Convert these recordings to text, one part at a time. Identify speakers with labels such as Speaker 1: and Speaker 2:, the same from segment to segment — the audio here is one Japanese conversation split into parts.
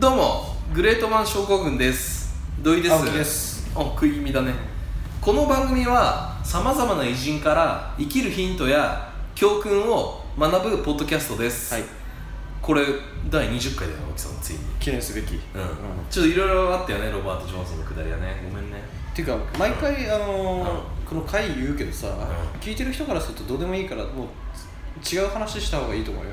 Speaker 1: どうもグレートマン症候群です土井です
Speaker 2: 青木です
Speaker 1: あ食い気味だねこの番組はさまざまな偉人から生きるヒントや教訓を学ぶポッドキャストです、
Speaker 2: はい
Speaker 1: これ第20回だよ青木さんついに
Speaker 2: 記念すべき、
Speaker 1: うん、
Speaker 2: っ
Speaker 1: ちょっといろいろあったよねロバート・ジョンソンのくだりはねごめんね
Speaker 2: ていうか毎回、あのー
Speaker 1: う
Speaker 2: この回言うけどさ、
Speaker 1: ん
Speaker 2: 聞いてる人からするとどうでもいいからもう違う話した方がいいと思うよ、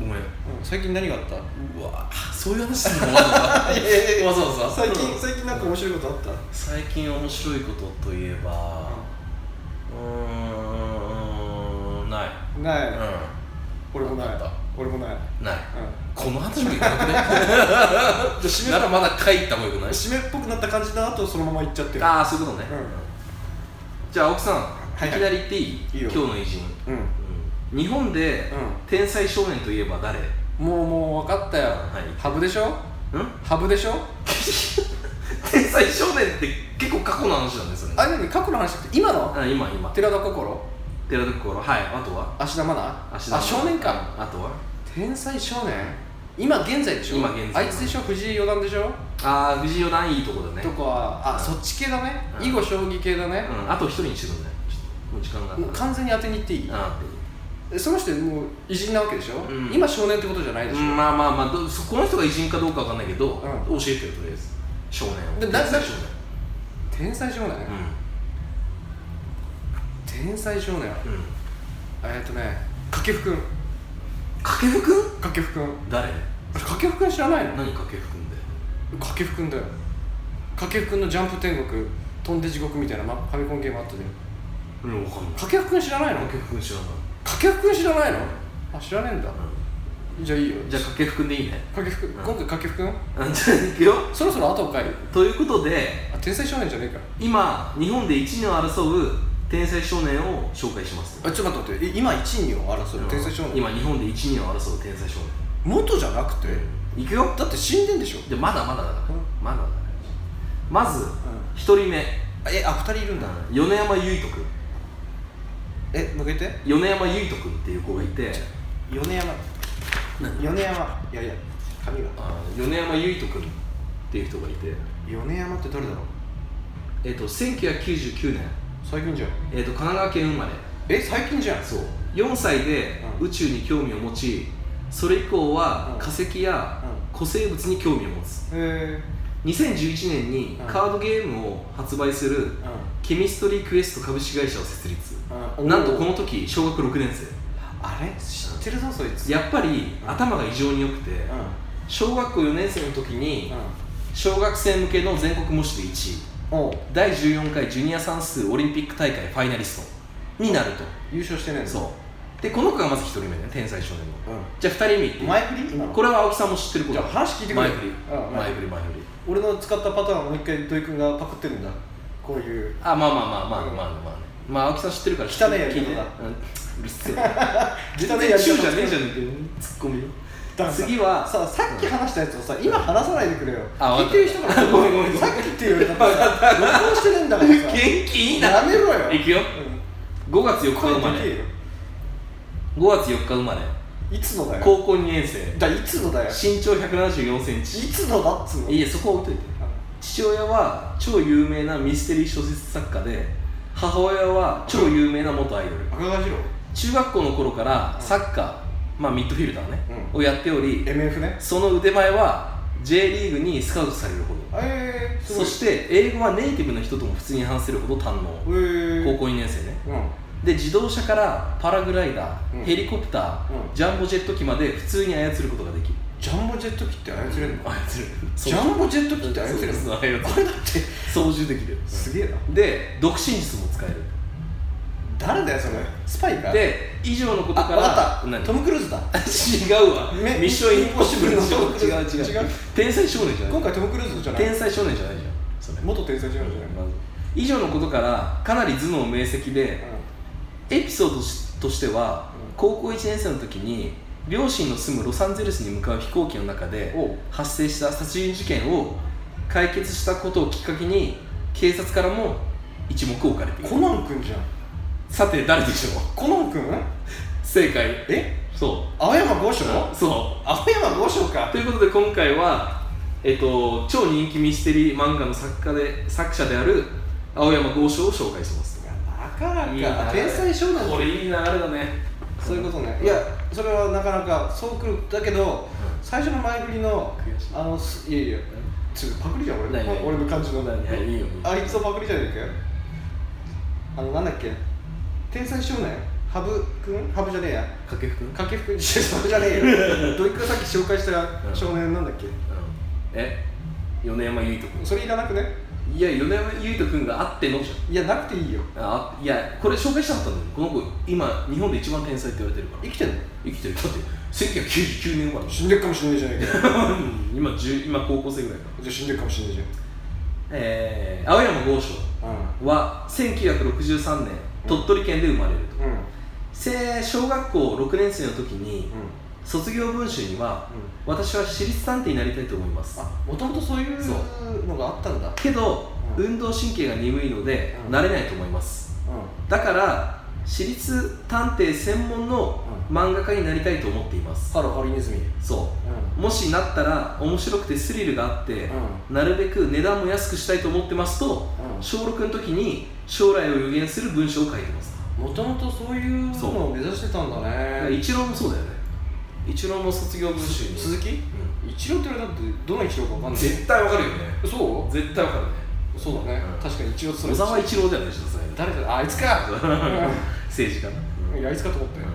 Speaker 1: ごめん
Speaker 2: うん最近何があった
Speaker 1: うわそういう話するのわざ わざ
Speaker 2: いやいやいや
Speaker 1: わざわざ
Speaker 2: 最近、
Speaker 1: うん
Speaker 2: 最近なんか面白いことあった、
Speaker 1: 最近面白いことといえばうーんない
Speaker 2: ない、
Speaker 1: う
Speaker 2: 俺もない
Speaker 1: なかった
Speaker 2: 俺もない、うん、
Speaker 1: んない
Speaker 2: じ
Speaker 1: この話もいか なくね
Speaker 2: ゃあ締め
Speaker 1: ならまだ書いた方がよくない
Speaker 2: 締めっぽくなった感じだなとそのまま言っちゃってる
Speaker 1: ああそういうことね、
Speaker 2: うん
Speaker 1: じゃあ青木さん、
Speaker 2: い
Speaker 1: い
Speaker 2: は
Speaker 1: き
Speaker 2: い
Speaker 1: なり言っていい
Speaker 2: いいよ
Speaker 1: 今日の偉人、
Speaker 2: うん
Speaker 1: 日本で、
Speaker 2: う
Speaker 1: 天才少年といえば誰ん
Speaker 2: もうもう分かったよ、
Speaker 1: はい
Speaker 2: ハブでしょハブでしょ
Speaker 1: 天才少年って結構過去の話なんですよね
Speaker 2: あれ何過去の話じゃなくて今の、
Speaker 1: うん今今
Speaker 2: 寺田心
Speaker 1: 寺田心はいあとは
Speaker 2: 芦田愛菜
Speaker 1: 芦田
Speaker 2: あ少年か
Speaker 1: あとは
Speaker 2: 天才少年今現在でしょ
Speaker 1: 今現在
Speaker 2: あいつでしょ藤井四段でしょ、
Speaker 1: ああ藤井四段いいとこだね
Speaker 2: とかはあそっち系だね、
Speaker 1: うん
Speaker 2: 囲碁将棋系だね、
Speaker 1: うん、あと一人にしてくんねちょっともう時間がある
Speaker 2: もう完全に当てにいっていい、
Speaker 1: あ
Speaker 2: えその人もう偉人なわけでしょ、
Speaker 1: うん
Speaker 2: 今少年ってことじゃないでしょ、
Speaker 1: うんまあまあまあどそこの人が偉人かどうかわかんないけど、教えてよとりあえず少年を
Speaker 2: でな
Speaker 1: 天才少年
Speaker 2: 天才少年、天才少
Speaker 1: う
Speaker 2: 年
Speaker 1: んうん
Speaker 2: えっとね掛布くん
Speaker 1: 掛布くん
Speaker 2: 掛布くん
Speaker 1: 誰
Speaker 2: 掛布くん知らないの
Speaker 1: 何掛布くんで
Speaker 2: 掛布くんだよ掛布くんのジャンプ天国飛んで地獄みたいなまファミコンゲームあったじゃん
Speaker 1: うんわかんない
Speaker 2: 掛布くん知らないの
Speaker 1: 掛布くん知らない、
Speaker 2: 掛布くん知らないのあ知らねえんだじゃあいいよ
Speaker 1: じゃあ掛布くんでいいね
Speaker 2: 掛布くん今回掛布くん
Speaker 1: あじゃあいくよ
Speaker 2: そろそろ後をかい
Speaker 1: ということで
Speaker 2: あ天才少年じゃねえか
Speaker 1: 今日本で1年を争う天才少年を紹介します
Speaker 2: あちょっと待ってえ今1位を争う天才少年
Speaker 1: 今日本で1年を争う天才少
Speaker 2: 元じゃなくて
Speaker 1: 年いくよ
Speaker 2: だって死んでんでしょ
Speaker 1: でまだまだだから、
Speaker 2: うん
Speaker 1: まだだからまず1人目
Speaker 2: あえあ2人いるんだ
Speaker 1: 米山唯斗君
Speaker 2: え向けて
Speaker 1: 米山唯斗君っていう子がいて
Speaker 2: 米山
Speaker 1: 何
Speaker 2: 米山いやいや髪が
Speaker 1: あ米山唯斗君っていう人がいて
Speaker 2: 米山って誰だろう
Speaker 1: えっ、と1999年、
Speaker 2: 最近じゃん
Speaker 1: えっと神奈川県生まれ
Speaker 2: え最近じゃん
Speaker 1: そう4歳で
Speaker 2: うん
Speaker 1: 宇宙に興味を持ちそれ以降は
Speaker 2: うん
Speaker 1: 化石や
Speaker 2: う
Speaker 1: 古生物に興味を持つ
Speaker 2: え
Speaker 1: 2011年に
Speaker 2: うん
Speaker 1: カードゲームを発売する
Speaker 2: ー
Speaker 1: ケミストリークエスト株式会社を設立
Speaker 2: うん
Speaker 1: なんとこの時小学6年生
Speaker 2: あれ知ってるぞそいつ
Speaker 1: やっぱり頭が異常に良くて
Speaker 2: うんうん
Speaker 1: 小学校4年生の時に小学生向けの全国模試で1位
Speaker 2: おう
Speaker 1: 第14回ジュニア算数オリンピック大会ファイナリストになると
Speaker 2: 優勝してねえんだ
Speaker 1: そうでこの子がまず1人目だよね天才少年の
Speaker 2: う
Speaker 1: じゃあ2人目いってい
Speaker 2: ん
Speaker 1: い
Speaker 2: 前振り今の
Speaker 1: これは青木さんも知ってること
Speaker 2: じゃあ話聞いてくれ
Speaker 1: 前振り
Speaker 2: うん
Speaker 1: 前振り前振り
Speaker 2: 俺の使ったパターンをもう一回土井君がパクってるんだこういう
Speaker 1: あまあまあまあまあまあまあまあねまあ青木さん知ってるから
Speaker 2: 汚いやり方だ
Speaker 1: 聞いてうんう る せえな全然
Speaker 2: 汚いやり方
Speaker 1: 中じゃねえじゃねえかよツッコミよ次は
Speaker 2: ささっき話したやつをさ今話さないでくれよ
Speaker 1: あ
Speaker 2: 聞いてる人から
Speaker 1: ごめんごめんごめん
Speaker 2: さっきって言われたってさ録音してねえんだからさ
Speaker 1: 元気いいな
Speaker 2: やめろよ
Speaker 1: いくよ5月4
Speaker 2: うん
Speaker 1: 日
Speaker 2: 声
Speaker 1: 生ま
Speaker 2: でけえ
Speaker 1: れ
Speaker 2: よ
Speaker 1: 5月4日生まれ
Speaker 2: いつのだよ
Speaker 1: 高校2年生
Speaker 2: だいつのだよい
Speaker 1: 身長1 7 4センチ
Speaker 2: つのだっつうの
Speaker 1: いやそこは置いといて父親は超有名なミステリー小説作家で母親は超有名な元アイドル
Speaker 2: 赤川次郎
Speaker 1: 中学校の頃からサッカー、まあ、ミッドフィルダーね、をやっており
Speaker 2: MF ね
Speaker 1: その腕前は J リーグにスカウトされるほど
Speaker 2: えー、すご
Speaker 1: そ
Speaker 2: い
Speaker 1: して英語はネイティブの人とも普通に話せるほど堪能
Speaker 2: えー、
Speaker 1: 高校2年生ね
Speaker 2: うん
Speaker 1: で自動車からパラグライダー、
Speaker 2: うん
Speaker 1: ヘリコプター、
Speaker 2: うん
Speaker 1: ジャンボジェット機まで普通に操ることができる
Speaker 2: ジャンボジェット機って操れるの
Speaker 1: 操る
Speaker 2: ジャンボジェット機って操れる
Speaker 1: そう
Speaker 2: の
Speaker 1: そう操る
Speaker 2: あれだって
Speaker 1: 操縦できる
Speaker 2: すげえな
Speaker 1: で独身術も使える
Speaker 2: 誰だよそれスパイか
Speaker 1: で以上のこと
Speaker 2: あ
Speaker 1: か
Speaker 2: わ
Speaker 1: ら
Speaker 2: かった
Speaker 1: 何
Speaker 2: トム・クルーズだ
Speaker 1: 違うわミ
Speaker 2: め
Speaker 1: ッションインポッシブルの
Speaker 2: そう
Speaker 1: 違う違う
Speaker 2: 違う
Speaker 1: 天才少年じゃない
Speaker 2: 今回トム・クルーズじゃない
Speaker 1: 天才少年じゃないじゃんそれ
Speaker 2: 元天才じゃない
Speaker 1: まず以上のことからかなり頭脳明晰でエピソードしとしては
Speaker 2: うん
Speaker 1: 高校1年生の時に両親の住むロサンゼルスに向かう飛行機の中で
Speaker 2: おう
Speaker 1: 発生した殺人事件を解決したことをきっかけに警察からも一目置かれている
Speaker 2: コナン君じゃん
Speaker 1: さて誰でしょう
Speaker 2: コナン君
Speaker 1: 正解
Speaker 2: え
Speaker 1: そ
Speaker 2: 青山剛
Speaker 1: う
Speaker 2: 昌
Speaker 1: そう
Speaker 2: 青山剛昌か
Speaker 1: ということで今回はえっと、超人気ミステリー漫画の作家で作者である青山剛昌を紹介します
Speaker 2: なかなか天才少年
Speaker 1: これいいなあれだね
Speaker 2: そういうことねいやそれはなかなかそうくるだけど最初の前振りの
Speaker 1: 悔しい
Speaker 2: あのすいやいやちょっとパクリじゃん俺
Speaker 1: ないない
Speaker 2: 俺の感じの
Speaker 1: ないないいいよいいよ
Speaker 2: あいつのパクリじゃねえかよあのなんだっけ天才少年ハブくんハブじゃねえや
Speaker 1: 掛布君
Speaker 2: 掛布くん じゃねえよ ドイツがさっき紹介した少年なんだっけ
Speaker 1: え米山唯斗
Speaker 2: それいらなくね
Speaker 1: 君いや米山唯斗君があってのじゃん
Speaker 2: いやなくていいよ
Speaker 1: あいやこれ紹介したかったんだよこの子今日本で一番天才って言われてるから
Speaker 2: 生きてんの
Speaker 1: 生きてるだって1999年生まれ
Speaker 2: 死んでるかもしんないじゃねえか よ
Speaker 1: 今10今高校生ぐらいかな
Speaker 2: じゃあ死んでるかもしんないじ
Speaker 1: えー、青山剛昌
Speaker 2: ゃん
Speaker 1: は1963年鳥取県で生まれると、
Speaker 2: うんうん
Speaker 1: せ小学校6年生の時に
Speaker 2: うん
Speaker 1: 卒業文集には
Speaker 2: う
Speaker 1: 「
Speaker 2: ん
Speaker 1: 私は私立探偵になりたいと思います
Speaker 2: もともとそういう
Speaker 1: そ
Speaker 2: のがあったんだ」
Speaker 1: けど、
Speaker 2: うん
Speaker 1: 運動神経が鈍いので、
Speaker 2: うん
Speaker 1: なれないと思います
Speaker 2: う
Speaker 1: だから私立探偵専門の漫画家になりたいと思っています、
Speaker 2: ハローハリネズミうん
Speaker 1: そうもしなったら面白くてスリルがあって、
Speaker 2: ん
Speaker 1: なるべく値段も安くしたいと思ってますと小6の時に将来を予言する文章を書いてます
Speaker 2: もともとそういうのを目指してたんだね
Speaker 1: 一郎もそうだよね一郎も卒業文集に
Speaker 2: 鈴木
Speaker 1: う
Speaker 2: 一郎って俺だってどの一郎かわかん
Speaker 1: ん
Speaker 2: ない
Speaker 1: 絶対わかるよね
Speaker 2: そ
Speaker 1: 絶対わかるね
Speaker 2: うそうだね
Speaker 1: うん
Speaker 2: 確かに一郎ってそ
Speaker 1: 小
Speaker 2: れ
Speaker 1: 沢一郎じゃないでしょそれ
Speaker 2: 誰だああいつか
Speaker 1: 政治家な、
Speaker 2: うんいやあいつかと思ったよ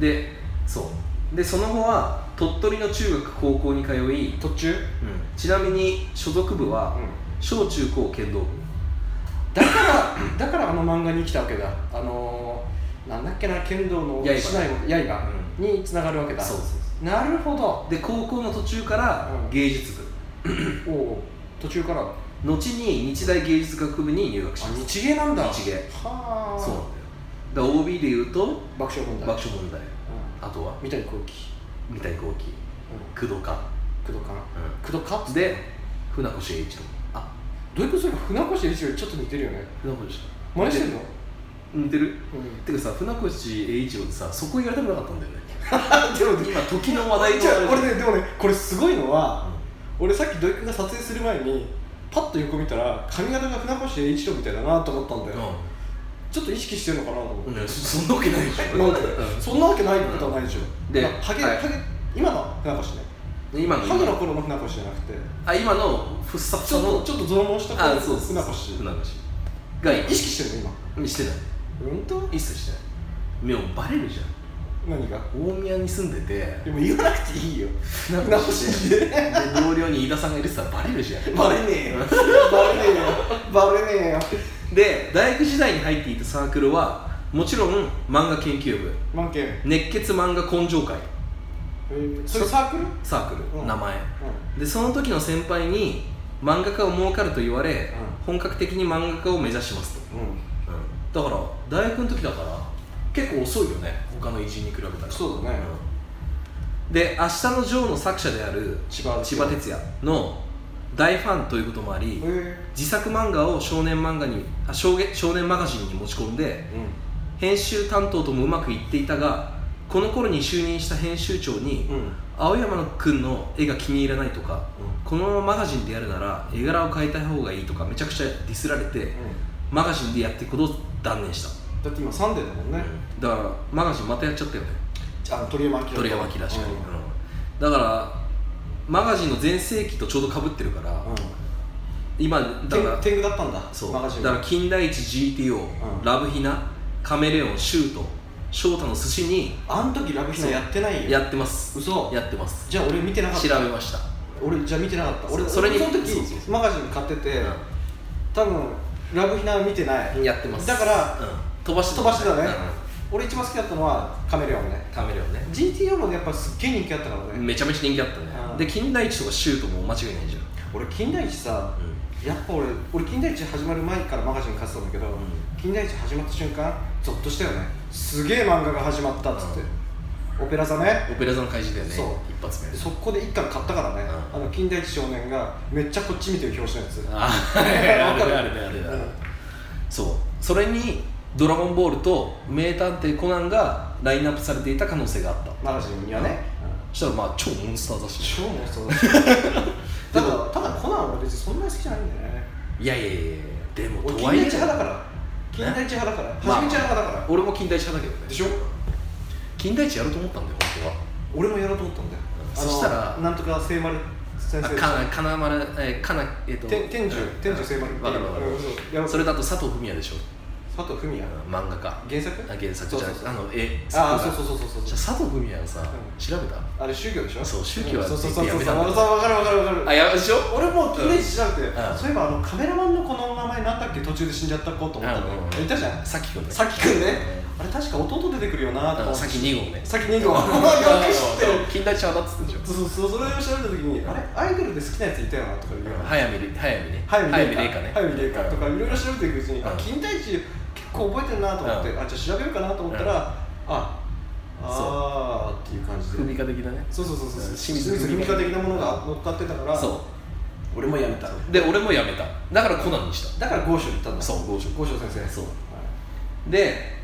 Speaker 1: でそうでその後は鳥取の中学高校に通い、
Speaker 2: 途中
Speaker 1: ちなみに所属部は
Speaker 2: うん
Speaker 1: 小中高剣道部
Speaker 2: だからだからあの漫画に来たわけだあのーなんだっけな剣道の
Speaker 1: 刃
Speaker 2: 市内の刃につながるわけだ
Speaker 1: そうそうそ
Speaker 2: なるほど
Speaker 1: うで高校の途中から
Speaker 2: うん
Speaker 1: 芸術部、
Speaker 2: おうおう途中からあ
Speaker 1: 後に日大芸術学部に入学します
Speaker 2: 日芸なんだ
Speaker 1: 日芸
Speaker 2: はあ
Speaker 1: そうなんだよだから OB で言うと
Speaker 2: 爆笑問題
Speaker 1: 爆笑問題
Speaker 2: う
Speaker 1: あとは
Speaker 2: ん三谷幸喜
Speaker 1: 三谷幸喜工藤官、
Speaker 2: 工藤かな工藤か
Speaker 1: で船越英一郎あ
Speaker 2: どういうことそれ船越英一郎にちょっと似てるよね
Speaker 1: 船越
Speaker 2: 真似してんの
Speaker 1: 似てる
Speaker 2: うん
Speaker 1: てかさ船越英一郎ってさそこ言われたくなかったんだよね
Speaker 2: でも
Speaker 1: 今時の話題
Speaker 2: じゃ
Speaker 1: を
Speaker 2: 俺ねでもねこれすごいのは俺さっき土井君が撮影する前にパッと横見たら髪型が船越英一郎みたいだなと思ったんだよちょっと意識してるのかなと思っ
Speaker 1: う
Speaker 2: て
Speaker 1: ん、うん、そそんなわけないでし
Speaker 2: な
Speaker 1: ょ
Speaker 2: んでそんなわけないことはないでし
Speaker 1: う
Speaker 2: ょ
Speaker 1: んで
Speaker 2: まあハゲ
Speaker 1: はい
Speaker 2: ハゲ今の船越ね
Speaker 1: で今の
Speaker 2: ハゲの頃の船越じゃなくて
Speaker 1: あ今のふっさふ
Speaker 2: ち
Speaker 1: さ
Speaker 2: ょっと
Speaker 1: の
Speaker 2: ちょっと増毛した
Speaker 1: あ
Speaker 2: 頃の
Speaker 1: そうそう
Speaker 2: 船
Speaker 1: そう
Speaker 2: 越
Speaker 1: 船越が
Speaker 2: 意識してるの
Speaker 1: 今してない
Speaker 2: 今本当
Speaker 1: 一切してないもうバレるじゃん
Speaker 2: 何が
Speaker 1: 大宮に住んでて
Speaker 2: でも言わなくていいよ
Speaker 1: 船
Speaker 2: 船
Speaker 1: 越
Speaker 2: 越で
Speaker 1: で同僚に飯田さんがいるって言った らバレるじゃん
Speaker 2: バレねえよ バレねえよバレねえよ
Speaker 1: で大学時代に入っていたサークルはもちろん漫画研究部
Speaker 2: 満件へ
Speaker 1: 熱血漫画根性会
Speaker 2: えそれサークルうん
Speaker 1: サークル、
Speaker 2: うん
Speaker 1: 名前でその時の先輩に漫画家を儲かると言われ、本格的に漫画家を目指しますと、だから大学の時だから結構遅いよね他の偉人に比べたら
Speaker 2: そうだね
Speaker 1: うんで「明日のジョー」の作者である
Speaker 2: 千葉
Speaker 1: 千葉哲也の大ファンということもあり、
Speaker 2: へえ
Speaker 1: 自作漫画を少年漫画にあ少年少年マガジンに持ち込んで編集担当ともうまくいっていたがこの頃に就任した編集長に、
Speaker 2: うんうん
Speaker 1: 青山君の絵が気に入らないとかこのままマガジンでやるなら絵柄を変えた方がいいとかめちゃくちゃディスられてマガジンでやっていくことを断念した、
Speaker 2: だって今サンデーだもんね
Speaker 1: だからマガジンまたやっちゃったよね
Speaker 2: あの鳥山明
Speaker 1: 鳥山明らしく、
Speaker 2: うん
Speaker 1: う
Speaker 2: うん
Speaker 1: んだからマガジンの全盛期とちょうどかぶってるから、今だ
Speaker 2: 天
Speaker 1: から
Speaker 2: 天狗だったんだ
Speaker 1: そう
Speaker 2: マガジン
Speaker 1: だから金田一 GTO、
Speaker 2: ん
Speaker 1: ラブヒナカメレオンシュート翔太の寿司に
Speaker 2: あん時ラブヒナやってないよ
Speaker 1: やってます
Speaker 2: 嘘
Speaker 1: やってます
Speaker 2: じゃあ俺見てなかっ
Speaker 1: 調
Speaker 2: た
Speaker 1: べました
Speaker 2: 俺じゃあ見てなかった俺
Speaker 1: それに
Speaker 2: その時
Speaker 1: そうそうそう
Speaker 2: マガジン買ってて多分ラブヒナは見てない
Speaker 1: やってます
Speaker 2: だから
Speaker 1: うん飛ばして
Speaker 2: 飛ばしてたね
Speaker 1: う
Speaker 2: 俺一番好きだったのはカメレオンね
Speaker 1: んカメレオンね
Speaker 2: GTO もやっぱすっげえ人気あったからね、
Speaker 1: めちゃめちゃ人気だったね
Speaker 2: うん
Speaker 1: で金田一とかシュートも間違いないじ
Speaker 2: 俺金田一
Speaker 1: ゃ
Speaker 2: さ
Speaker 1: ん、うん
Speaker 2: やっぱ俺俺金田一始まる前からマガジン買ってたんだけど、
Speaker 1: ん
Speaker 2: 金田一始まった瞬間ゾッとしたよねすげえ漫画が始まったっつって、オペラ座ね
Speaker 1: オペラ座の怪人だよね
Speaker 2: そう
Speaker 1: 一発目
Speaker 2: そこで一巻買ったからね、
Speaker 1: う
Speaker 2: あの金田一少年がめっちゃこっち見てる表紙のやつ
Speaker 1: ああ
Speaker 2: わかる
Speaker 1: るあるあるあるそうそれに「ドラゴンボール」と「名探偵コナン」がラインナップされていた可能性があった
Speaker 2: マガジンにはね、
Speaker 1: そしたらまあ超モンスター雑誌
Speaker 2: 超もそう
Speaker 1: いやいやいやいやでも
Speaker 2: 俺
Speaker 1: と
Speaker 2: 金
Speaker 1: はい
Speaker 2: 田
Speaker 1: え
Speaker 2: 一派だから金田一派だから
Speaker 1: まあ
Speaker 2: はじめちゃん派だから、
Speaker 1: 俺も金田一派だけどね
Speaker 2: でしょ
Speaker 1: 金田一やろうと思ったんだよ本当は
Speaker 2: 俺もやろうと思ったんだよ
Speaker 1: うん
Speaker 2: あの
Speaker 1: そしたら
Speaker 2: なんとか聖丸先生
Speaker 1: あかなかなまらえーかなえっ、と
Speaker 2: 天天寿天寿聖丸
Speaker 1: わかるわかる
Speaker 2: うんそうやろう
Speaker 1: それだと佐藤文也でしょ
Speaker 2: 佐藤文也
Speaker 1: うん漫画家
Speaker 2: 原作
Speaker 1: あ原作
Speaker 2: そう
Speaker 1: じゃ
Speaker 2: そ
Speaker 1: な
Speaker 2: う
Speaker 1: く
Speaker 2: そ
Speaker 1: て
Speaker 2: う
Speaker 1: あの絵
Speaker 2: ああ
Speaker 1: 作
Speaker 2: そう
Speaker 1: 画
Speaker 2: そうそうそうそう
Speaker 1: じゃあ佐藤文也をさ、
Speaker 2: うん
Speaker 1: 調べた
Speaker 2: あれ宗教でしょ
Speaker 1: そう宗教は
Speaker 2: んそうそうそう
Speaker 1: や
Speaker 2: そう
Speaker 1: め
Speaker 2: 分
Speaker 1: たん
Speaker 2: かる
Speaker 1: だ
Speaker 2: 分かる分かる分かる
Speaker 1: やばいでしょ俺
Speaker 2: 俺もうイメージしなく
Speaker 1: う
Speaker 2: て、
Speaker 1: ん
Speaker 2: そういえばあのカメラマンのこの名前なんだっけ途中で死んじゃった子と思ったんだよ、いたじゃん
Speaker 1: さっきくんね
Speaker 2: さっきくんね、あれ確か弟出てくるよなと思って
Speaker 1: さっき2号ね
Speaker 2: さっき2号 よく知ってる
Speaker 1: 金田一派だっつってんでしょ
Speaker 2: そうそうそれを調べた時にあれアイドルで好きなやついたよなとか言うような
Speaker 1: 早見れ早見ね
Speaker 2: 早見
Speaker 1: 見玲
Speaker 2: 玲
Speaker 1: 香
Speaker 2: 香
Speaker 1: ね
Speaker 2: 早見玲香とかいろいろ調べていくうちに、
Speaker 1: う
Speaker 2: あ
Speaker 1: ん
Speaker 2: 金田一結構覚えてるなと思って、
Speaker 1: うん
Speaker 2: あじゃあ調べようかなと思ったら、ああーっていう感じで
Speaker 1: 文化的だね
Speaker 2: そうそうそうそう
Speaker 1: 清水
Speaker 2: 文
Speaker 1: 文
Speaker 2: 化
Speaker 1: 化
Speaker 2: 的なものが乗っかってたから
Speaker 1: そ
Speaker 2: 俺もやめた
Speaker 1: うで俺もやめただからコナンにした
Speaker 2: だから豪商行ったんだ
Speaker 1: そう豪商
Speaker 2: 豪商先生
Speaker 1: そう
Speaker 2: はい
Speaker 1: で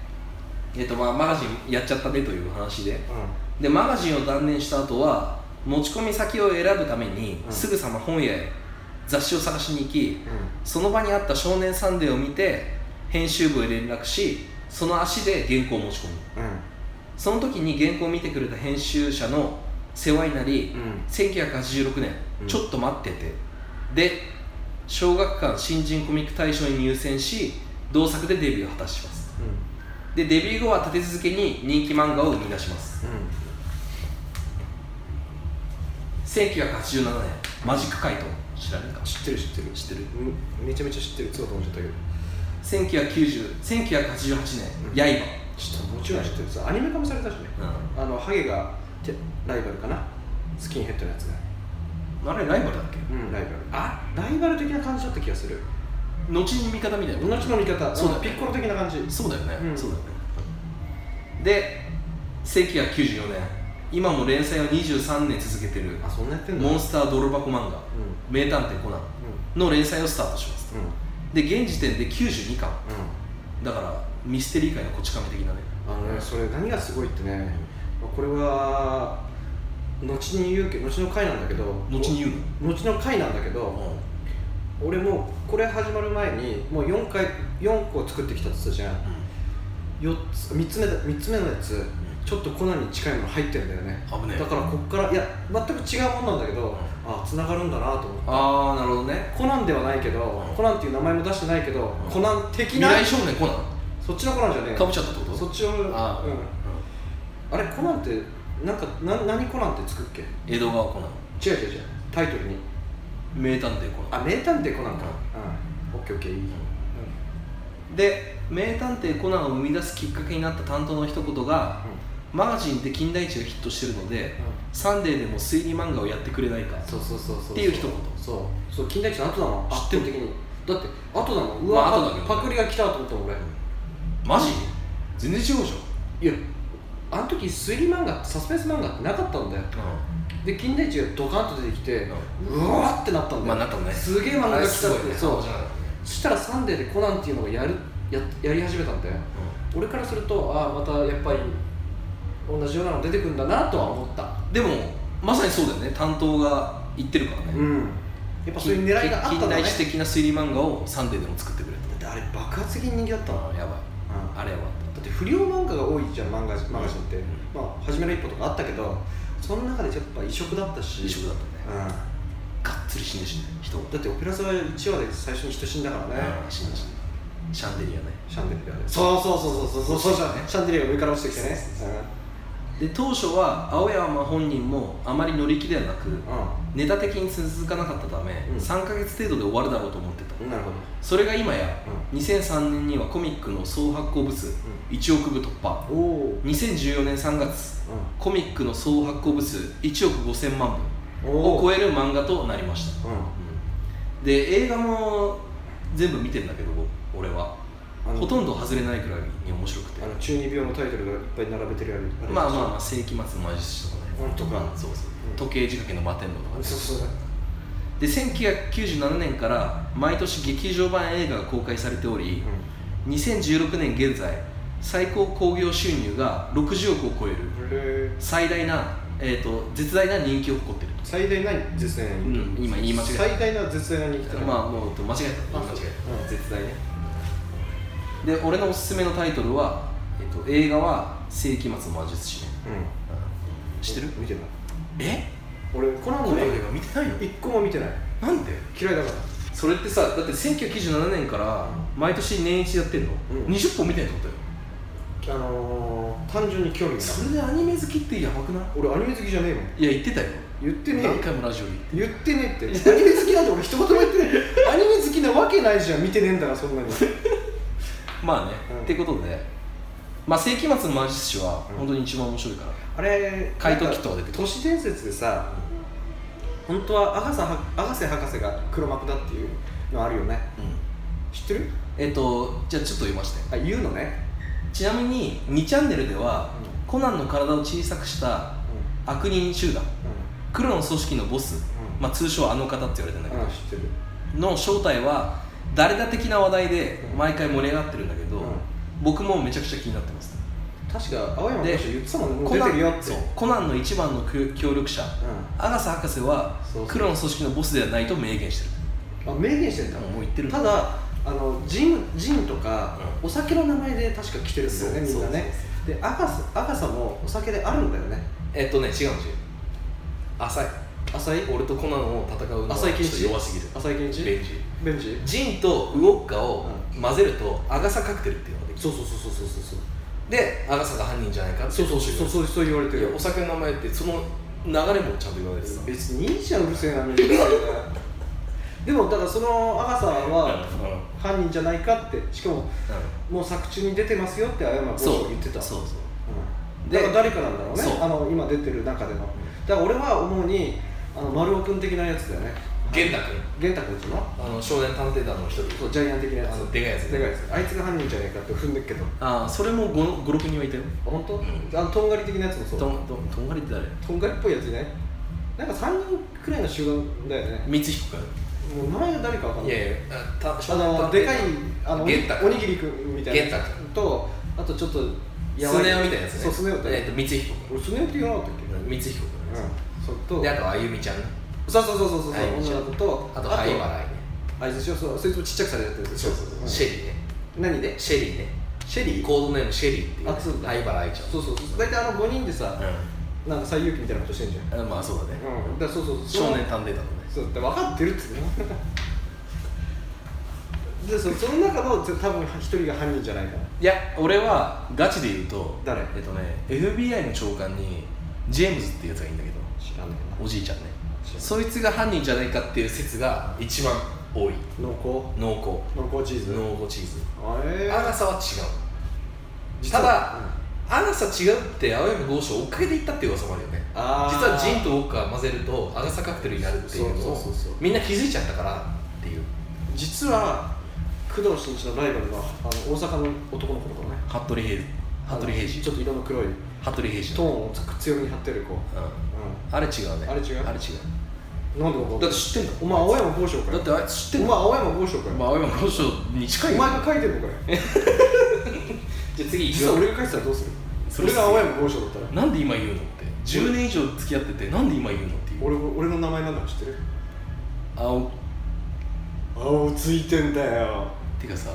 Speaker 1: えっとまあマガジンやっちゃったねという話で
Speaker 2: う
Speaker 1: でマガジンを断念した後は持ち込み先を選ぶために、
Speaker 2: うん
Speaker 1: すぐさま本屋へ雑誌を探しに行き
Speaker 2: んうん
Speaker 1: その場にあった「少年サンデー」を見て編集部へ連絡しその足で原稿を持ち込むその時に原稿を見てくれた編集者の世話になり、
Speaker 2: う
Speaker 1: 1986年、
Speaker 2: うん
Speaker 1: ちょっと待ってて」で小学館新人コミック大賞に入選し同作でデビューを果たしますでデビュー後は立て続けに人気漫画を生み出します1987年マジック怪盗知らないか
Speaker 2: 知ってる知ってる
Speaker 1: 知ってる
Speaker 2: めちゃめちゃ知ってるそうと思っちゃったけど
Speaker 1: 1990 1988
Speaker 2: うん
Speaker 1: 年刃、
Speaker 2: ちょっともちろん知ってるさアニメ化もされたしね
Speaker 1: う
Speaker 2: あのハゲがてライバルかなスキンヘッドのやつが
Speaker 1: ん、あれライバルだっけ
Speaker 2: うんライバルあライバル的な感じだった気がする
Speaker 1: 後に味方みたい
Speaker 2: 同
Speaker 1: な
Speaker 2: じの見方
Speaker 1: そうだよ
Speaker 2: ピッコロ的な感じ
Speaker 1: そうだよね、
Speaker 2: うん
Speaker 1: そうだよねで1994年今も連載を23年続けてる
Speaker 2: あそんなやってんだ
Speaker 1: モンスター泥箱漫画
Speaker 2: うんうん
Speaker 1: 「名探偵コナン」の連載をスタートします
Speaker 2: うん
Speaker 1: で現時点で92巻
Speaker 2: うん
Speaker 1: だからミステリー界のこち亀的なね
Speaker 2: あのね、それ何がすごいってね、まあこれは後に言うけど後の回なんだけど
Speaker 1: 後に言う
Speaker 2: お後の回なんだけ
Speaker 1: の
Speaker 2: ど、俺もうこれ始まる前にもう4回4個作ってきたって言ったじゃん4つ3つ目だ3つ目のやつちょっとコナンに近いもの入ってるんだよね
Speaker 1: 危ねえ
Speaker 2: だからこっからいや全く違うもんなんだけど、あ繋がるんだなと思って
Speaker 1: ああなるほどね
Speaker 2: コナンではないけど、
Speaker 1: うん
Speaker 2: コナンっていう名前も出してないけど、
Speaker 1: うん
Speaker 2: コナン的
Speaker 1: 未
Speaker 2: な
Speaker 1: 来少年コナン
Speaker 2: そっちのコナンじゃねえ
Speaker 1: かぶっちゃったってこと
Speaker 2: そっちの
Speaker 1: あー、
Speaker 2: う
Speaker 1: うん
Speaker 2: ん、あれコナンってなんかな何コナンってつくっけ
Speaker 1: 江戸川コナン
Speaker 2: 違う違う違うタイトルに
Speaker 1: 名探偵コナン
Speaker 2: あ名探偵コナンかうんオッケーオッケーいい、うん
Speaker 1: で名探偵コナンを生み出すきっかけになった担当の一言がマガジンで金田一がヒットしてるのでサンデーでも推理漫画をやってくれないか
Speaker 2: そうそうそうそう
Speaker 1: っていう一言
Speaker 2: そうそう金田一の後だもん
Speaker 1: 知ってる
Speaker 2: 圧倒的にだって後だもんう
Speaker 1: ま
Speaker 2: わ、
Speaker 1: あ後だけどね
Speaker 2: パクリが来たと思ったもん俺
Speaker 1: マジ全然違うじ
Speaker 2: いやあの時推理漫画サスペンス漫画ってなかったんだよ
Speaker 1: ゃん、
Speaker 2: で金田一がドカンと出てきてうわーってなったんだ
Speaker 1: ま
Speaker 2: よ、
Speaker 1: あなったね
Speaker 2: すげえ漫画来たって
Speaker 1: そ
Speaker 2: そうう
Speaker 1: じゃ
Speaker 2: そしたらサンデーでコナンっていうのをやるややり始めたんだよ俺からするとああまたやっぱり同じようなの出てくるんだなとは思った
Speaker 1: でもまさにそうだよね担当が言ってるからね、
Speaker 2: んやっぱそういう狙いがあったんだ
Speaker 1: 近
Speaker 2: ね
Speaker 1: 代史的な推理漫画をサンデーでも作ってくれ
Speaker 2: だってあれ爆発的に人気だった
Speaker 1: た
Speaker 2: の、
Speaker 1: ああやばい
Speaker 2: だ
Speaker 1: あれやばかっ
Speaker 2: って不良漫画が多いじゃん漫画マガジンって、まあ初めの一歩とかあったけどその中でやっぱ異色だった
Speaker 1: た
Speaker 2: し
Speaker 1: 異色だったね
Speaker 2: うん
Speaker 1: がっつり死ねしね人が
Speaker 2: だってオペラ座は1話で最初に人死んだからね、
Speaker 1: うん死ねしねシャンデリアね
Speaker 2: シャンデリアでそうそうそうそうそうそうシャンデリアが上から落ちてきてね
Speaker 1: で当初は青山本人もあまり乗り気ではなく
Speaker 2: う
Speaker 1: ネタ的に続かなかったため、
Speaker 2: うん
Speaker 1: 3ヶ月程度で終わるだろうと思ってた、
Speaker 2: んなるほど
Speaker 1: それが今や、2003年にはコミックの総発行部数1億部突破
Speaker 2: おお
Speaker 1: 2014年3月コミックの総発行部数1億5000万
Speaker 2: うん
Speaker 1: 部を
Speaker 2: お
Speaker 1: 超える漫画となりました
Speaker 2: うん
Speaker 1: で映画も全部見てんだけど俺は
Speaker 2: あの
Speaker 1: ほとんど外れないくらいに面白くて
Speaker 2: あの中二病のタイトルがいっぱい並べてるやるれ
Speaker 1: まあまあまあ世紀末の魔術師とかね
Speaker 2: うんとか
Speaker 1: そうそう
Speaker 2: うん
Speaker 1: 時計仕掛けの摩天楼とかね
Speaker 2: そうそうそう
Speaker 1: で1997年から毎年劇場版映画が公開されており、2016年現在最高興行収入が60億を超える
Speaker 2: うんへえ
Speaker 1: 最大な、えー、と絶大な人気を誇っていると
Speaker 2: 最大何絶大な人気、
Speaker 1: うん今言い間違えた
Speaker 2: 最大な絶大な人気って何
Speaker 1: まあもう間違えた
Speaker 2: あ
Speaker 1: 間違
Speaker 2: そううん絶大ね
Speaker 1: えたで俺のおすすめのタイトルは、えっと、映画は「世紀末魔術師ね」
Speaker 2: うん
Speaker 1: 知ってる
Speaker 2: 見てない
Speaker 1: え
Speaker 2: 俺コナン
Speaker 1: こ
Speaker 2: の
Speaker 1: の
Speaker 2: 映
Speaker 1: 映画見てないの
Speaker 2: 画一個も見てない
Speaker 1: なんで
Speaker 2: 嫌いだから
Speaker 1: それってさだって1997年から毎年年一やってんの、
Speaker 2: うん
Speaker 1: 20本見てないってことよ
Speaker 2: あのー、単純に興味がない
Speaker 1: それでアニメ好きってやばくない
Speaker 2: 俺アニメ好きじゃねえもん
Speaker 1: いや言ってたよ
Speaker 2: 言ってねえよ
Speaker 1: 何回もラジオに
Speaker 2: 言ってねえってアニメ好きなんて俺一言も言ってねえアニメ好きなわけないじゃん見てねえんだからそんなに
Speaker 1: まあね、
Speaker 2: うん
Speaker 1: ってことでまあ世紀末の魔術師は
Speaker 2: うん
Speaker 1: 本当に一番面白いから、
Speaker 2: あれ
Speaker 1: 怪盗キットが出てくる
Speaker 2: 都市伝説でさ本当はアガサはアガセ博士が黒幕だっていうのあるよね知ってる
Speaker 1: えっとじゃあちょっと言いまして
Speaker 2: あ言うのね、
Speaker 1: ちなみに2チャンネルでは、コナンの体を小さくした悪人集団黒の組織のボス、
Speaker 2: うん
Speaker 1: まあ、通称あの方って言われてんだけど、
Speaker 2: あ知ってる
Speaker 1: の正体は誰だ的な話題で毎回盛り上がってるんだけど、
Speaker 2: うん
Speaker 1: 僕もめちゃくちゃ気になってます
Speaker 2: 確か青山
Speaker 1: で
Speaker 2: 剛志言ってたもんねもう
Speaker 1: コ
Speaker 2: 出
Speaker 1: ナ
Speaker 2: て
Speaker 1: ン
Speaker 2: るよって
Speaker 1: そうコナンの一番の協協力者、アガサ博士は
Speaker 2: そうそう
Speaker 1: 黒の組織のボスではないと明言して
Speaker 2: うん、あ明言してんだ
Speaker 1: るもう言ってる
Speaker 2: ただあのジンジンとか、
Speaker 1: う
Speaker 2: お酒の名前で確か来てるんだよねみ
Speaker 1: そうん
Speaker 2: なねでアガサアガサもお酒であるんだよね
Speaker 1: えっとね違うんですよ浅い
Speaker 2: 浅井
Speaker 1: 俺とコナンを戦うのは
Speaker 2: 浅井
Speaker 1: ちょ
Speaker 2: 健
Speaker 1: っと
Speaker 2: 一
Speaker 1: 弱すぎる
Speaker 2: 浅井健一
Speaker 1: ベンジ
Speaker 2: ベンジ
Speaker 1: ジンとウォッカを混ぜるとアガサカクテルっていうのができる
Speaker 2: そうそうそうそうそうそう
Speaker 1: でアガサが犯人じゃないかって
Speaker 2: そうそうそうそうそう言われて
Speaker 1: い
Speaker 2: る
Speaker 1: や
Speaker 2: よ
Speaker 1: お酒の名前ってその流れもちゃんと言われてさ
Speaker 2: 別にいいじゃんうるせえなみたいなでもだからそのアガサは
Speaker 1: うんうん
Speaker 2: 犯人じゃないかってしかももう作中に出てますよって青山剛志
Speaker 1: そう
Speaker 2: が言ってた
Speaker 1: そうそう
Speaker 2: うん
Speaker 1: で
Speaker 2: だから誰かなんだろうね
Speaker 1: そう
Speaker 2: あの今出てる中でのだから俺は主にあの丸尾君的なやつだよね
Speaker 1: 源太
Speaker 2: 玄太君ちの
Speaker 1: 君あの少年探偵団の一人
Speaker 2: そうジャイアン的なや
Speaker 1: あの
Speaker 2: つ
Speaker 1: でかいやつ
Speaker 2: でかいやつあいつが犯人じゃないかって踏んでっけど
Speaker 1: ああそれも56人はいたよ
Speaker 2: 本当、
Speaker 1: ん
Speaker 2: あのとんがり的なやつもそう
Speaker 1: とんとんとんがりって誰
Speaker 2: とんがりっぽいやついないなんか3人くらいの集団だよね
Speaker 1: 光彦か
Speaker 2: もう名前が誰かわかんない
Speaker 1: やあた
Speaker 2: あのでかいあのおに
Speaker 1: 源太
Speaker 2: おにぎりくんみたいなやつ
Speaker 1: 源太
Speaker 2: とあとちょっとや
Speaker 1: ス
Speaker 2: ば
Speaker 1: ネ夫みたいなやつね
Speaker 2: そうスネ夫だ
Speaker 1: えっと
Speaker 2: ね
Speaker 1: 光彦君
Speaker 2: 俺スネ夫って言わなかったっけうん
Speaker 1: 光彦
Speaker 2: それ
Speaker 1: 君
Speaker 2: と
Speaker 1: であとあゆみちゃんね
Speaker 2: そうそうそうそうそう
Speaker 1: あゆみちゃ
Speaker 2: 女
Speaker 1: ん
Speaker 2: の子と
Speaker 1: あと灰原愛ね
Speaker 2: あいつでしょそうそいつもちっちゃくされてるやつでしょん
Speaker 1: シェリーね
Speaker 2: 何で
Speaker 1: シェリーね
Speaker 2: シェリー
Speaker 1: コードネームシェリーっていう
Speaker 2: あそうだ
Speaker 1: 灰原愛ちゃん
Speaker 2: そうそうそう大体あの5人でさなんか最有機みたいなことしてんじゃん
Speaker 1: うんあまあそうだね
Speaker 2: うんだからそうそうそう
Speaker 1: 少年探偵団のね
Speaker 2: そうだって分かってるっつうの でそその中の多分一人が犯人じゃないかない
Speaker 1: や俺はガチで言うと
Speaker 2: 誰
Speaker 1: えっとね FBI の長官にジェームズっていうやつがいいんだけど
Speaker 2: 知らない
Speaker 1: おじいちゃんね
Speaker 2: 知らない
Speaker 1: そいつが犯人じゃないかっていう説が一番多い
Speaker 2: な濃
Speaker 1: 濃厚
Speaker 2: 厚濃厚チーズ
Speaker 1: 濃厚チーズ
Speaker 2: あえ
Speaker 1: アガサは違うただ、アガサ違うって青山剛志を追っかけていったっていう噂もあるよね実
Speaker 2: あー
Speaker 1: はジンとウォッカー混ぜるとアガサカクテルになるっていうの
Speaker 2: そう
Speaker 1: を
Speaker 2: そうそうそう
Speaker 1: みんな気づいちゃったからっていう
Speaker 2: 実は工藤新一のライバルはあの大阪の男の子とかね
Speaker 1: 服部平服部平次
Speaker 2: ちょっと色の黒い
Speaker 1: 服部平次
Speaker 2: トーンを強めに張ってる子、
Speaker 1: う
Speaker 2: う
Speaker 1: んあれ違うね
Speaker 2: あれ違う
Speaker 1: あれ違
Speaker 2: ん、なんで分か
Speaker 1: うだって知ってんだ
Speaker 2: お前青山剛将か
Speaker 1: だ
Speaker 2: よ
Speaker 1: ってあいつ知って
Speaker 2: お
Speaker 1: ん
Speaker 2: 前
Speaker 1: の
Speaker 2: 青山剛将かよ、
Speaker 1: まあ青山剛志に近い
Speaker 2: お
Speaker 1: よ
Speaker 2: 前が書いてんのかよ
Speaker 1: じゃあ次
Speaker 2: 実は俺が書いてたらどうするそれが青山剛将だったら
Speaker 1: なんで今言うのって10年以上付き合っててなんで今言うのっていう
Speaker 2: 俺俺の名前なんだか知ってる
Speaker 1: 青
Speaker 2: 青ついてんだよ、
Speaker 1: てかさ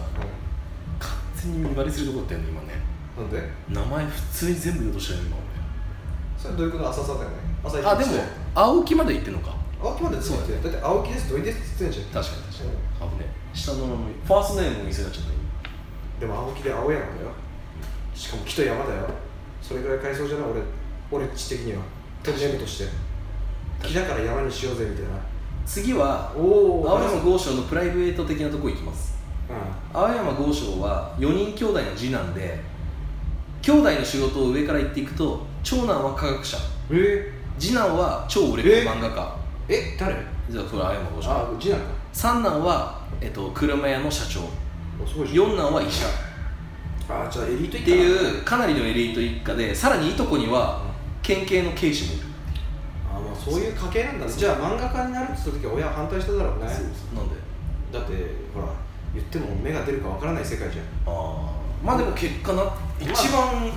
Speaker 1: 完全に見張りするとこだったよね今ね
Speaker 2: なんで
Speaker 1: 名前普通に全部言おうとしたよ今
Speaker 2: それどういうこと浅さだよね浅い
Speaker 1: 俺あでも青木まで言ってんのか
Speaker 2: 青木までついてるだって青木です土井ですって言ってんじゃん
Speaker 1: 確かに確かに危ねえ下の名前ファーストネームも見せなっちゃった今
Speaker 2: でも青木で青山だよしかも木と山だよそれぐらい改装じゃない俺俺知的にはペンネームとして木だから山にしようぜみたいな
Speaker 1: 次は
Speaker 2: お
Speaker 1: 青山剛昌のプライベート的なとこ行きます
Speaker 2: う
Speaker 1: 青山剛昌は4人兄弟の次男で兄弟の仕事を上から言っていくと長男は科学者
Speaker 2: んえ
Speaker 1: 次男は超売れっ子漫画家
Speaker 2: え誰
Speaker 1: じゃあこれ青山剛昌
Speaker 2: あ次男か
Speaker 1: 三男は、えっと、車屋の社長
Speaker 2: おすごいじゃん
Speaker 1: 四男は医者
Speaker 2: あじゃあエリート行
Speaker 1: っ
Speaker 2: ってていう
Speaker 1: いうかなりのエリート一家でさらにいとこには県警の警視もいる
Speaker 2: あまあそういう家系なんだねじゃあ漫画家になるって言った時は親は反対しただろうね
Speaker 1: なんで
Speaker 2: だってほら言っても目が出るかわからない世界じゃん
Speaker 1: ああまあでも結果な一番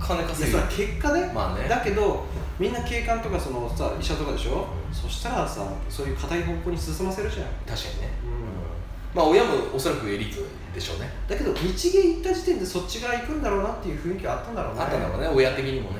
Speaker 1: 金
Speaker 2: いや
Speaker 1: 稼ぐ
Speaker 2: それは結果ね,、
Speaker 1: まあね
Speaker 2: だけどみんな警官とかそのさ医者とかでしょ、そしたらさそういう硬い方向に進ませるじゃん
Speaker 1: 確かにね、
Speaker 2: うん
Speaker 1: まあ親もおそらくエリートでしょうね
Speaker 2: だけど日芸行った時点でそっち側行くんだろうなっていう雰囲気はあったんだろうね
Speaker 1: あったんだろうね親的にもね、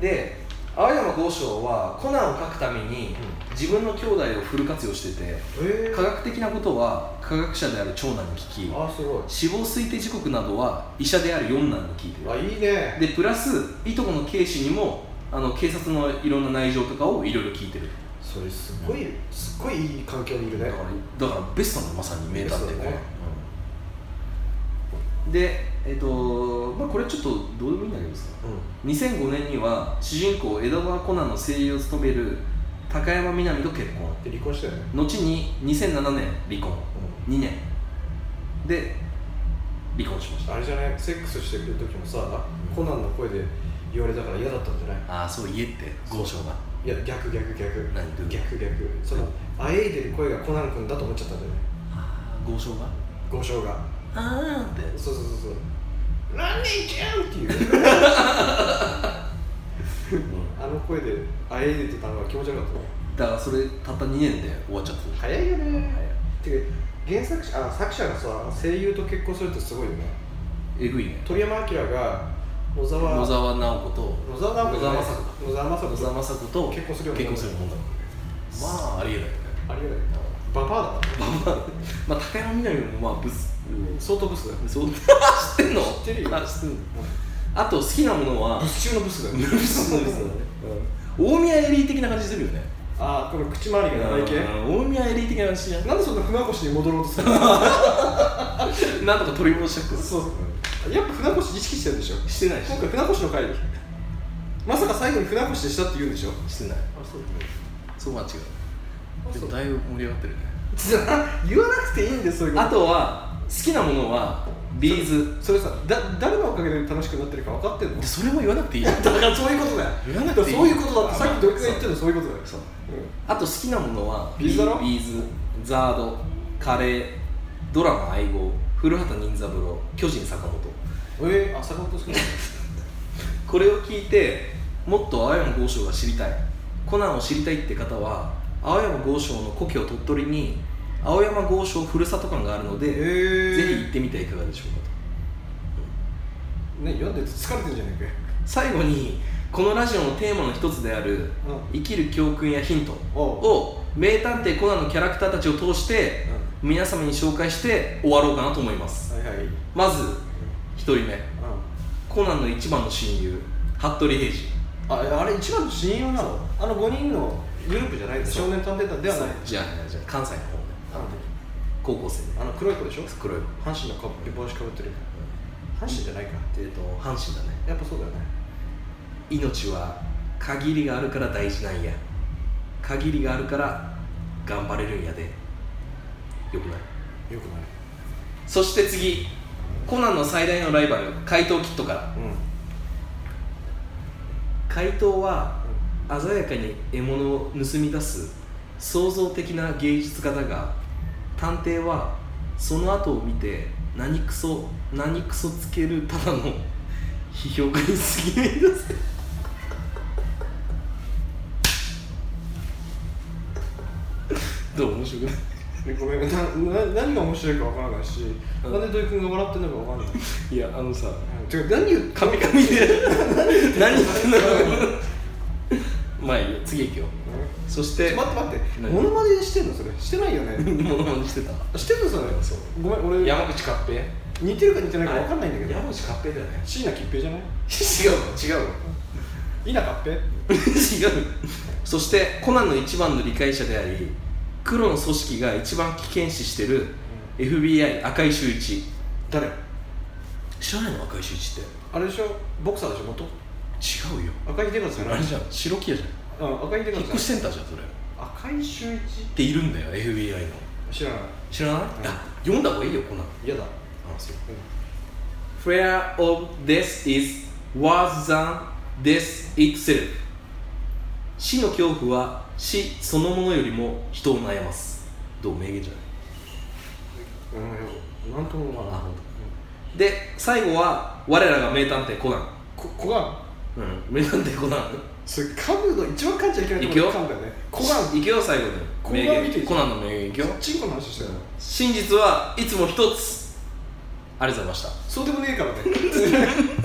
Speaker 1: で青山剛昌はコナンを描くために自分の兄弟をフル活用してて
Speaker 2: うんへえ
Speaker 1: 科学的なことは科学者である長男に聞き
Speaker 2: あすごい
Speaker 1: 死亡推定時刻などは医者である四男に聞いて
Speaker 2: あ
Speaker 1: る
Speaker 2: いいね
Speaker 1: でプラスいとこの警視にもあの警察のいろんな内情とかをいろいろ聞いてる
Speaker 3: それす
Speaker 2: すっ
Speaker 3: ご
Speaker 2: ご
Speaker 3: い
Speaker 2: いすっごいいい環境にいる
Speaker 1: だ
Speaker 2: ね
Speaker 1: からだからベストのまさに名探偵
Speaker 2: ベスト
Speaker 1: コ
Speaker 2: だ
Speaker 1: ナン
Speaker 2: ね
Speaker 1: でえっ、とまあこれちょっとどうでもいいんだけどさ
Speaker 2: う
Speaker 1: 2005年には主人公江戸川コナンの声優を務める高山みなみと結婚
Speaker 2: んで離婚したよね
Speaker 1: 後に2007年離婚2年で離婚しました
Speaker 2: あれじゃないセックスしてくる時もさ、
Speaker 1: うん
Speaker 2: コナンの声で言われたから嫌だったんじゃない
Speaker 1: ああそう言えって豪商が
Speaker 2: いや逆逆逆
Speaker 1: 何どういうこ
Speaker 2: 逆逆そのあえいでる声がコナン君だと思っちゃったんだよね
Speaker 1: ああ豪商が
Speaker 2: 豪商が
Speaker 1: ああって
Speaker 2: そうそうそうそう「ランニンちゃん!」っ ていうあの声であえいでてたのが気持ちよかったね
Speaker 1: だからそれたった2年で終わっちゃった
Speaker 2: 早いよね
Speaker 1: はい
Speaker 2: てか原作者あ作者がさ声優と結婚するってすごいよね
Speaker 1: えぐいね
Speaker 2: 鳥山明が野沢
Speaker 1: 野沢直子と
Speaker 2: 野沢直子じゃな
Speaker 1: 野
Speaker 2: い
Speaker 1: 沢雅
Speaker 2: 野沢雅子
Speaker 1: 野沢雅子と
Speaker 2: 結婚するよね
Speaker 1: 結婚するもんだもんねまあありえないよね
Speaker 2: ありえないババアだからね
Speaker 1: まあ高山みなみもまあブス
Speaker 2: 相当ブスだよ
Speaker 1: そう知ってんの
Speaker 2: 知ってるよ
Speaker 1: あ知ってんのあと好きなものは
Speaker 2: ブス中のブスだよ
Speaker 1: ブスのブスだね大宮エリー的な感じするよね
Speaker 2: ああこの口周りが長い系
Speaker 1: 大宮エリー的な感じじゃん
Speaker 2: なんでそんな船越に戻ろうとするの
Speaker 1: なんとか取り戻したくて
Speaker 2: そうやっぱ船越意識してるでしょ
Speaker 1: してないし
Speaker 2: 今回船越の会でまさか最後に船越でしたって言うんでしょあ
Speaker 1: してない
Speaker 2: そ
Speaker 1: そ
Speaker 2: う
Speaker 1: うは違うでも
Speaker 2: だ
Speaker 1: だいぶ盛り上がってるね
Speaker 2: 言わなくていいんでそういうこと
Speaker 1: あとは好きなものはビーズ
Speaker 2: それさだ誰のおかげで楽しくなってるか分か ってんの
Speaker 1: でそれも言わなくていいじゃん
Speaker 2: だからそういうことだよ
Speaker 1: 言わなくていい
Speaker 2: そういうことだって
Speaker 1: あ
Speaker 2: さっきドリクが言ってるのそういうことだよ
Speaker 1: そう
Speaker 2: う
Speaker 1: あと好きなものは
Speaker 2: ビーズだろ
Speaker 1: ビーズザードカレードラマ「相棒」古畑任三郎巨人坂本
Speaker 2: んえー、あ坂本好きな
Speaker 1: これを聞いてもっと青山剛昌が知りたいコナンを知りたいって方は青山剛昌の故郷鳥取に青山剛昌ふるさと館があるので、
Speaker 2: え
Speaker 1: ぜひ行ってみてはいかがでしょうかと
Speaker 2: ね読んでて疲れてんじゃねえかよ
Speaker 1: 最後にこのラジオのテーマの一つである
Speaker 2: う
Speaker 1: 生きる教訓やヒント
Speaker 2: おう
Speaker 1: を名探偵コナンのキャラクターたちを通して皆様に紹介して終わろうかなと思います
Speaker 2: はいはいうん
Speaker 1: まず1人目コナンの一番の親友服部平次
Speaker 2: ああれ一番の親友なのあの5人のグループじゃないの
Speaker 1: そう
Speaker 2: 少年探偵団ではない
Speaker 1: じゃあじゃあ関西の方であの時高校生で
Speaker 2: あの黒い子でしょ
Speaker 1: 黒い子
Speaker 2: 阪神のかぶ帽子かぶってる阪神じゃないか
Speaker 1: えっと阪神だね
Speaker 2: やっぱそうだよね
Speaker 1: 命は限りがあるから大事なんや限りがあるから頑張れるんやでよくない
Speaker 2: よくな
Speaker 1: そして次コナンの最大のライバル怪盗キットから
Speaker 2: いうん
Speaker 1: 怪盗は鮮やかに獲物を盗み出す創造的な芸術家だが探偵はその後を見て何クソ何クソつけるただの批評家に過ぎないだぜ どう面白くない
Speaker 2: でごめんなな何が面白いかわからないし、
Speaker 1: うん
Speaker 2: なんで土井君が笑ってんのかわからない
Speaker 1: いやあのさ
Speaker 2: てか何言って
Speaker 1: カミカミで何言ってんだろうまあいいよ次行くよそし
Speaker 2: 待っ てて待って
Speaker 1: 何
Speaker 2: モノマネしてんのそれしてないよね
Speaker 1: 物まねしてた
Speaker 2: してるのそれ
Speaker 1: そう
Speaker 2: ごめん俺
Speaker 1: 口勝平
Speaker 2: 似てるか似てないかわかんないんだけど
Speaker 1: 山口勝平だよね
Speaker 2: 椎名桔平じゃない
Speaker 1: 違うわ違うわ
Speaker 2: 稲桔平
Speaker 1: 違う そしてコナンの一番の理解者であり黒の組織が一番危険視してる FBI 赤井秀一
Speaker 2: 誰
Speaker 1: 知らないの赤井秀一って
Speaker 2: あれでしょボクサーでしょ元
Speaker 1: 違うよ
Speaker 2: 赤井出勝じゃ
Speaker 1: あ
Speaker 2: ない
Speaker 1: れじゃん白木屋じゃ
Speaker 2: うん赤井出
Speaker 1: ん
Speaker 2: 勝
Speaker 1: 引っ
Speaker 2: じ
Speaker 1: 越
Speaker 2: ゃな
Speaker 1: し
Speaker 2: い
Speaker 1: センターじゃんそれっ
Speaker 2: 赤井秀一
Speaker 1: ているんだよ FBI の
Speaker 2: 知らない
Speaker 1: 知らない、
Speaker 2: うん
Speaker 1: あ読んだ方がいいよコナン
Speaker 2: 嫌だ
Speaker 1: あそう Fear of death is worse than death itself 死の恐怖は死そのものよりも人を悩ますどう名言じゃない
Speaker 2: うん、なんとも思わない
Speaker 1: あ本で最後は我らが名探偵コナン、
Speaker 2: ここが
Speaker 1: うん、名探偵コナン
Speaker 2: それ噛むの一番噛んじゃいけないところで噛んだよねこが
Speaker 1: いくよ最後に
Speaker 2: コナン
Speaker 1: 名
Speaker 2: 見てい
Speaker 1: 言
Speaker 2: い
Speaker 1: コナンの名言いくよ
Speaker 2: チンコの話してたよ
Speaker 1: 真実はいつも一つありがとうございました
Speaker 2: そうでもねえからね